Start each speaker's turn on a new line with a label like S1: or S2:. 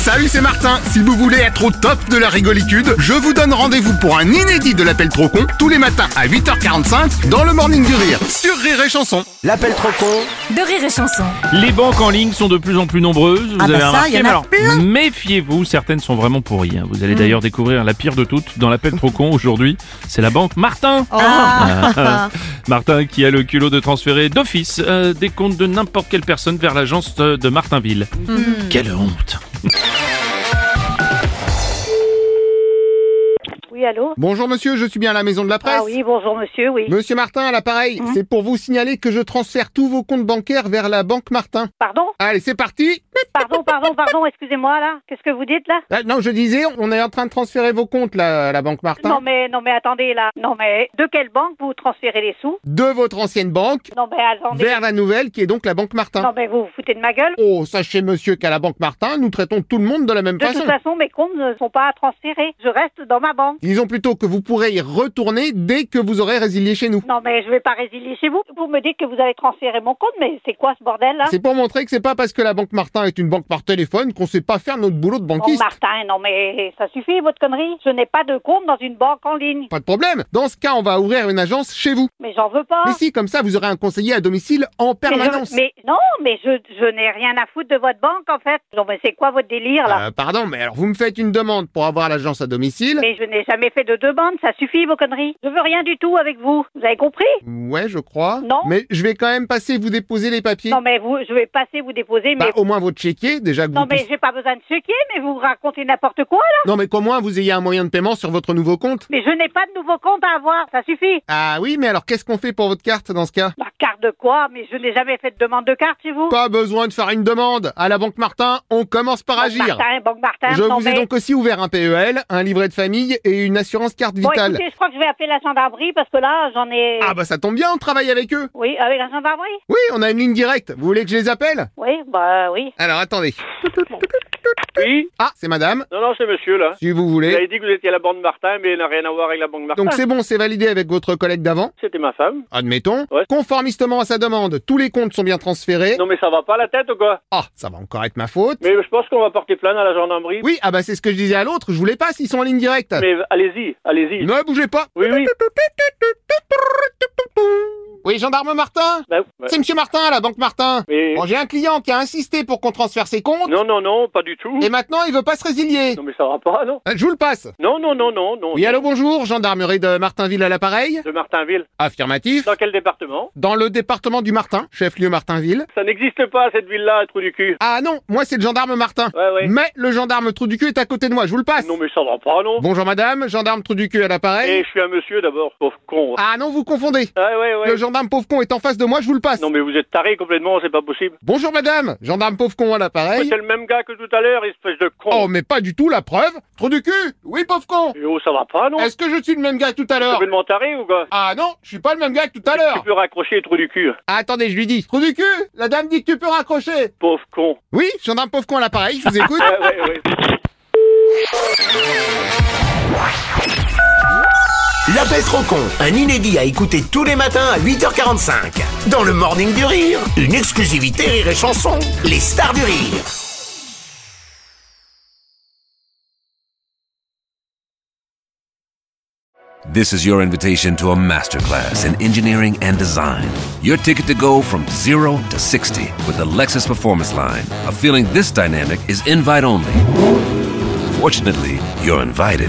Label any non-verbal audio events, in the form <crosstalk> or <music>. S1: Salut, c'est Martin. Si vous voulez être au top de la rigolitude, je vous donne rendez-vous pour un inédit de l'appel trop con tous les matins à 8h45 dans le Morning du Rire sur Rire et Chanson.
S2: L'appel trop con
S3: de rire et chanson.
S4: Les banques en ligne sont de plus en plus nombreuses. Vous
S5: Ah bah
S4: avez
S5: ça, y
S4: remarqué,
S5: en a
S4: mais alors,
S5: plein.
S4: Méfiez-vous, certaines sont vraiment pourries. hein. Vous allez d'ailleurs découvrir la pire de toutes dans l'appel trop con aujourd'hui. C'est la banque Martin.
S5: Oh.
S4: Ah.
S5: <laughs>
S4: Martin qui a le culot de transférer d'office euh, des comptes de n'importe quelle personne vers l'agence de de Martinville.
S5: Hmm.
S4: Quelle honte.
S6: Oui, allô
S1: Bonjour monsieur, je suis bien à la maison de la presse.
S6: Ah oui, Mhm. bonjour monsieur, oui.
S1: Monsieur Martin, à l'appareil, c'est pour vous signaler que je transfère tous vos comptes bancaires vers la banque Martin.
S6: Pardon
S1: Allez, c'est parti
S6: Pardon, pardon, pardon, excusez-moi là. Qu'est-ce que vous dites là
S1: Ah, Non, je disais, on est en train de transférer vos comptes là, à la banque Martin.
S6: Non mais non mais attendez là. Non mais de quelle banque vous transférez les sous
S1: De votre ancienne banque
S6: Non mais attendez.
S1: vers la nouvelle qui est donc la banque Martin.
S6: Non mais vous vous foutez de ma gueule
S1: Oh, sachez monsieur qu'à la banque Martin, nous traitons tout le monde de la même
S6: De
S1: façon.
S6: toute façon, mes comptes ne sont pas à transférer. Je reste dans ma banque.
S1: Disons plutôt que vous pourrez y retourner dès que vous aurez résilié chez nous.
S6: Non mais je vais pas résilier chez vous. Vous me dites que vous allez transférer mon compte, mais c'est quoi ce bordel là
S1: C'est pour montrer que c'est pas parce que la banque Martin est une banque par téléphone qu'on sait pas faire notre boulot de
S6: Bon,
S1: banquiste.
S6: Martin, non mais ça suffit votre connerie. Je n'ai pas de compte dans une banque en ligne.
S1: Pas de problème. Dans ce cas, on va ouvrir une agence chez vous.
S6: Mais j'en veux pas.
S1: Mais si, comme ça, vous aurez un conseiller à domicile en
S6: Ah. Mais je-
S1: permanence.
S6: mais non, mais je, je n'ai rien à foutre de votre banque en fait. Non mais c'est quoi votre délire là
S1: Euh, pardon, mais alors vous me faites une demande pour avoir l'agence à domicile.
S6: Mais je n'ai jamais fait de demande, ça suffit vos conneries. Je veux rien du tout avec vous. Vous avez compris
S1: Ouais, je crois.
S6: Non.
S1: Mais je vais quand même passer vous déposer les papiers.
S6: Non mais vous, je vais passer vous déposer, mais
S1: Bah, au moins votre chéquier, déjà que
S6: non
S1: vous
S6: mais
S1: puissiez-
S6: j'ai pas besoin de checker, mais vous racontez n'importe quoi là.
S1: Non, mais qu'au moins vous ayez un moyen de paiement sur votre nouveau compte.
S6: Mais je n'ai pas de nouveau compte à avoir, ça suffit.
S1: Ah oui, mais alors qu'est-ce qu'on fait pour votre carte dans ce cas
S6: La carte de quoi Mais je n'ai jamais fait de demande de carte chez vous.
S1: Pas besoin de faire une demande. À la Banque Martin, on commence par
S6: Banque
S1: agir.
S6: Martin, Banque Martin,
S1: Je
S6: non
S1: vous ai
S6: mais-
S1: donc aussi ouvert un PEL, un livret de famille et une assurance carte
S6: Bon
S1: vitale.
S6: écoutez, je crois que je vais appeler la gendarmerie parce que là j'en ai.
S1: ah bah ça tombe bien, on travaille avec eux.
S6: Oui, avec la gendarmerie.
S1: Oui, on a une ligne directe. Vous voulez que je les appelle
S6: Oui, bah oui.
S1: Alors attendez.
S7: Oui,
S1: Ah, c'est madame,
S7: non, non, c'est monsieur, là.
S1: si vous
S7: Vous
S1: voulez.
S7: avez dit que vous étiez à la banque Martin, mais elle n'a rien à voir avec la banque Martin.
S1: Donc c'est bon, c'est validé avec votre collègue d'avant,
S7: C'était ma femme.
S1: admettons.
S7: Ouais.
S1: Conformistement à sa demande, tous les comptes sont bien transférés.
S7: Non, mais ça va pas la tête ou quoi
S1: Ah, ça va encore être ma faute.
S7: Mais je pense qu'on va porter plainte à la gendarmerie.
S1: Oui, ah bah c'est ce que je disais à l'autre, je voulais pas s'ils sont en ligne directe.
S7: Mais allez-y, allez-y.
S1: Ne bougez pas.
S7: Oui, oui.
S1: Oui, gendarme Martin
S7: Ben, ben,
S1: C'est monsieur Martin, à la Banque Martin.
S7: mais-
S1: Bon, j'ai un client qui a insisté pour qu'on transfère ses comptes.
S7: Non, non, non, pas du tout.
S1: Et maintenant, il veut pas se résilier.
S7: Non, mais ça va pas, non
S1: Euh, Je vous le passe.
S7: Non, non, non, non, non.
S1: Oui, allô, bonjour, gendarmerie de Martinville à l'appareil.
S7: De Martinville.
S1: Affirmatif.
S7: Dans quel département
S1: Dans le département du Martin, chef-lieu Martinville.
S7: Ça n'existe pas, cette ville-là, trou du cul.
S1: Ah non, moi c'est le gendarme Martin.
S7: Ouais, ouais.
S1: Mais le gendarme Trou du cul est à côté de moi, je vous le passe.
S7: Non, mais ça va pas, non
S1: Bonjour madame, gendarme Trou du cul à l'appareil.
S7: Eh, je suis un monsieur, d'abord, pauvre con.
S1: Ah non, vous confondez.
S7: Ah, ouais, ouais.
S1: Le gendarme pauvre con est en face de moi, je vous le passe.
S7: Non, mais vous êtes taré complètement, c'est pas possible.
S1: Bonjour madame, gendarme pauvre con à l'appareil.
S7: C'est le même gars que tout à l'heure, espèce de
S1: Oh
S7: con.
S1: mais pas du tout, la preuve. Trou du cul Oui pauvre con
S7: Eh, Oh, ça va pas, non
S1: Est-ce que je suis le même gars que Ah, tout à
S7: T'es
S1: l'heure
S7: complètement taré ou quoi
S1: Ah non, je suis pas le même gars que tout à l'heure.
S7: Tu peux raccrocher, trou du cul. hein?
S1: Ah, attendez, je lui dis. Trou du cul La dame dit que tu peux raccrocher.
S7: Pauvre con.
S1: Oui, gendarme pauvre con à l'appareil, je vous <laughs> écoute.
S7: Ouais, ouais, ouais.
S2: L'appel trop con, un inédit à écouter tous les matins à 8h45. Dans le Morning du Rire, une exclusivité Rire et Chanson, les stars du rire.
S8: This is your invitation to a masterclass in engineering and design. Your ticket to go from zero to 60 with the Lexus Performance Line. A feeling this dynamic is invite only. Fortunately, you're invited.